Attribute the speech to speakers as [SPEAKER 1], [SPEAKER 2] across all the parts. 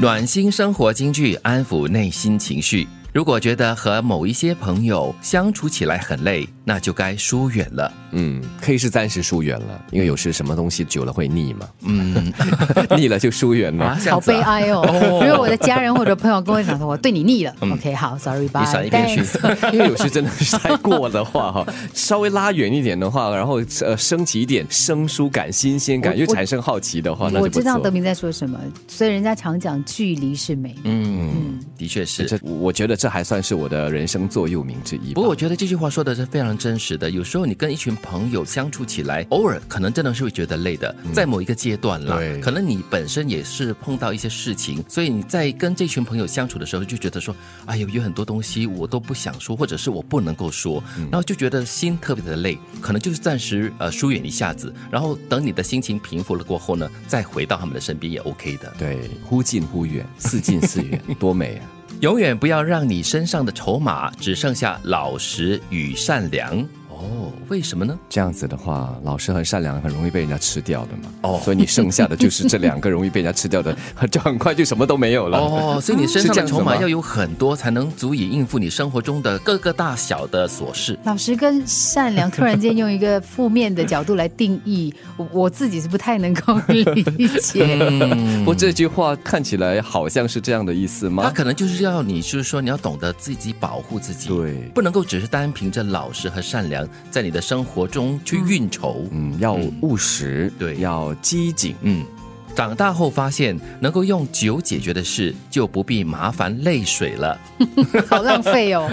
[SPEAKER 1] 暖心生活金句，安抚内心情绪。如果觉得和某一些朋友相处起来很累，那就该疏远了。
[SPEAKER 2] 嗯，可以是暂时疏远了，因为有时什么东西久了会腻嘛，
[SPEAKER 1] 嗯，
[SPEAKER 2] 腻了就疏远了。
[SPEAKER 1] 这
[SPEAKER 3] 好
[SPEAKER 1] 样子
[SPEAKER 3] 悲
[SPEAKER 1] 啊、
[SPEAKER 3] 哀哦！如果我的家人或者朋友跟我讲说我对你腻了，OK，好，sorry，拜，
[SPEAKER 1] 嗯你闪一边去
[SPEAKER 3] thanks
[SPEAKER 2] 因为有时真的是太过的话哈，稍微拉远一点的话，然后呃升起一点生疏感、新鲜感，
[SPEAKER 3] 我嗯
[SPEAKER 2] 又产生好奇的话，那就
[SPEAKER 3] 我
[SPEAKER 2] 不
[SPEAKER 3] 知道
[SPEAKER 2] 错
[SPEAKER 3] 德。明在说什么，所以人家常讲距离是美。
[SPEAKER 1] 嗯，的确是。
[SPEAKER 2] 这我觉得这还算是我的人生座右铭之一吧。
[SPEAKER 1] 不过我觉得这句话说的是非常真实的。有时候你跟一群朋友相处起来，偶尔可能真的是会觉得累的，在某一个阶段啦
[SPEAKER 2] 对，
[SPEAKER 1] 可能你本身也是碰到一些事情，所以你在跟这群朋友相处的时候，就觉得说，哎呦，有很多东西我都不想说，或者是我不能够说，然后就觉得心特别的累，可能就是暂时呃疏远一下子，然后等你的心情平复了过后呢，再回到他们的身边也 OK 的。
[SPEAKER 2] 对，忽近忽远，似近似远，多美啊！
[SPEAKER 1] 永远不要让你身上的筹码只剩下老实与善良。哦，为什么呢？
[SPEAKER 2] 这样子的话，老实和善良很容易被人家吃掉的嘛。
[SPEAKER 1] 哦
[SPEAKER 2] 所以你剩下的就是这两个容易被人家吃掉的， 就很快就什么都没有了。
[SPEAKER 1] 哦，所以你身上
[SPEAKER 2] 是这
[SPEAKER 1] 的
[SPEAKER 2] 样子
[SPEAKER 1] 筹码
[SPEAKER 2] 吗
[SPEAKER 1] 要有很多，才能足以应付你生活中的各个大小的琐事。
[SPEAKER 3] 老实跟善良突然间用一个负面的角度来定义，我我自己是不太能够理
[SPEAKER 1] 嗯
[SPEAKER 3] 解。
[SPEAKER 2] 不过这句话看起来好像是这样的意思
[SPEAKER 1] 他
[SPEAKER 2] 吗？
[SPEAKER 1] 可能就是要你，就是说你要懂得自己保护自己，
[SPEAKER 2] 对
[SPEAKER 1] 不能够只是单凭着老实和善良，在你的生活中去运筹。
[SPEAKER 2] 嗯，要务
[SPEAKER 1] 嗯
[SPEAKER 2] 实，
[SPEAKER 1] 对
[SPEAKER 2] 要机警。
[SPEAKER 1] 嗯，长大后发现能够用酒解决的事，就不必麻烦泪水了，
[SPEAKER 3] 好浪费哦，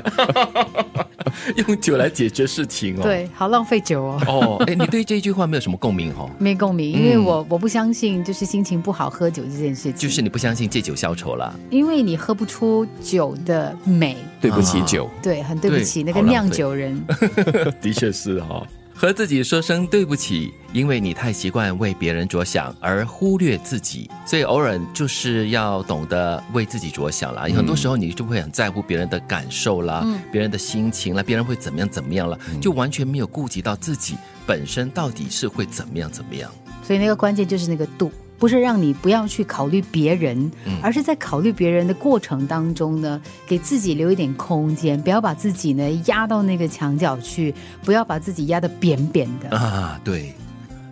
[SPEAKER 1] 用酒来解决事情哦。。
[SPEAKER 3] 对，好浪费酒哦。
[SPEAKER 1] 哦，哎，你对这句话没有什么共鸣哦，
[SPEAKER 3] 没共鸣，因为我、我不相信就是心情不好喝酒这件事情，
[SPEAKER 1] 就是你不相信借酒消愁了。
[SPEAKER 3] 因为你喝不出酒的美，
[SPEAKER 2] 对不起
[SPEAKER 1] 啊
[SPEAKER 2] 酒，
[SPEAKER 3] 对，很对不
[SPEAKER 1] 对
[SPEAKER 3] 起那
[SPEAKER 1] 好
[SPEAKER 3] 个
[SPEAKER 1] 浪
[SPEAKER 3] 酿
[SPEAKER 1] 费
[SPEAKER 3] 酒人。
[SPEAKER 1] 的确是哈、和自己说声对不起，因为你太习惯为别人着想而忽略自己，所以偶尔就是要懂得为自己着想啦。很多时候你就会很在乎别人的感受啦，别人的心情啦，别人会怎么样怎么样了，就完全没有顾及到自己本身到底是会怎么样怎么样。
[SPEAKER 3] 所以那个关键就是那个度，不是让你不要去考虑别人，而是在考虑别人的过程当中呢，给自己留一点空间，不要把自己呢压到那个墙角去，不要把自己压得扁扁的。
[SPEAKER 1] 啊，对，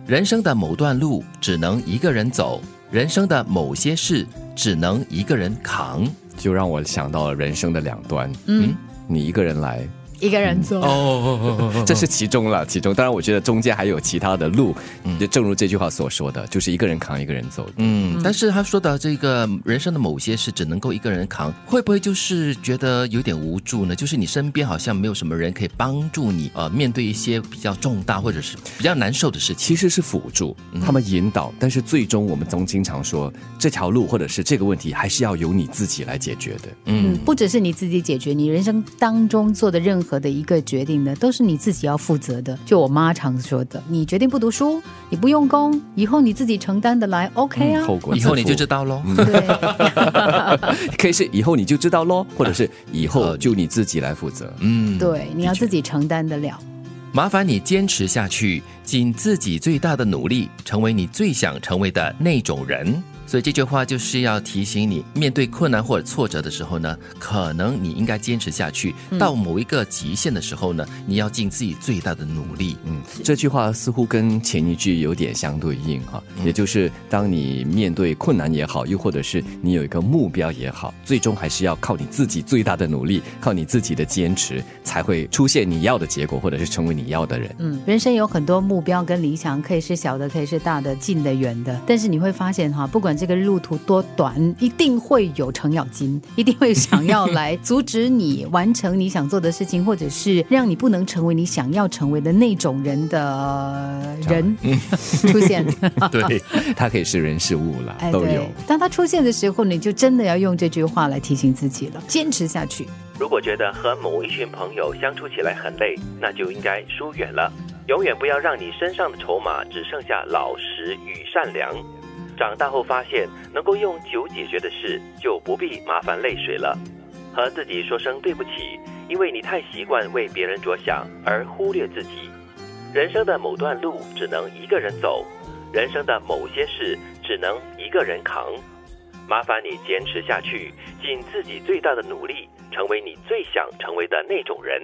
[SPEAKER 1] 人生的某段路只能一个人走，人生的某些事只能一个人扛。
[SPEAKER 2] 就让我想到了人生的两端。
[SPEAKER 3] 嗯，
[SPEAKER 2] 你一个人
[SPEAKER 1] 嗯
[SPEAKER 2] 来，
[SPEAKER 3] 一个人走。
[SPEAKER 1] 哦，
[SPEAKER 2] 这是其中了，其中。当然，我觉得中间还有其他的路。就正如这句话所说的，就是一个人扛，一个人走。
[SPEAKER 1] 嗯，但是他说到这个人生的某些事只能够一个人扛，会不会就是觉得有点无助呢？就是你身边好像没有什么人可以帮助你，呃，面对一些比较重大或者是比较难受的事情。
[SPEAKER 2] 其实是辅助，
[SPEAKER 1] 嗯
[SPEAKER 2] 他们引导，但是最终我们总经常说，这条路或者是这个问题，还是要由你自己来解决的。
[SPEAKER 3] 嗯，不只是你自己解决，你人生当中做的任何的一个决定呢，都是你自己要负责的。就我妈常说的，你决定不读书，你不用功，以后你自己承担的来，OK 啊。
[SPEAKER 2] 嗯后果
[SPEAKER 1] 嗯以后你就知
[SPEAKER 2] 道，
[SPEAKER 1] 道喽。
[SPEAKER 3] 对，
[SPEAKER 2] 可以是以后你就知道喽，或者是以后就你自己来负责。
[SPEAKER 1] 啊嗯，
[SPEAKER 3] 对，你要自己承担得了。
[SPEAKER 1] 麻烦你坚持下去，尽自己最大的努力，成为你最想成为的那种人。所以这句话就是要提醒你，面对困难或者挫折的时候呢，可能你应该坚持下去，到某一个极限的时候呢，你要尽自己最大的努力。
[SPEAKER 2] 嗯，这句话似乎跟前一句有点相对应哈，
[SPEAKER 1] 嗯
[SPEAKER 2] 也就是当你面对困难也好，又或者是你有一个目标也好，最终还是要靠你自己最大的努力，靠你自己的坚持，才会出现你要的结果，或者是成为你要的人。
[SPEAKER 3] 嗯，人生有很多目标跟理想，可以是小的，可以是大的，近的、远的。但是你会发现哈，不管这个路途多短，一定会有程咬金， 一定会想要来阻止你完成你想做的事情，或者是让你不能成为你想要成为的那种人的 人出现。
[SPEAKER 1] 对，
[SPEAKER 2] 它可以是人事物啦，都有
[SPEAKER 3] 哎对。，当他出现的时候，你就真的要用这句话来提醒自己了，坚持下去。
[SPEAKER 1] 如果觉得和某一群朋友相处起来很累，那就应该疏远了。永远不要让你身上的筹码只剩下老实与善良。长大后发现，能够用酒解决的事，就不必麻烦泪水了。和自己说声对不起，因为你太习惯为别人着想而忽略自己。人生的某段路只能一个人走，人生的某些事只能一个人扛。
[SPEAKER 4] 麻烦你坚持下去，尽自己最大的努力，成为你最想成为的那种人。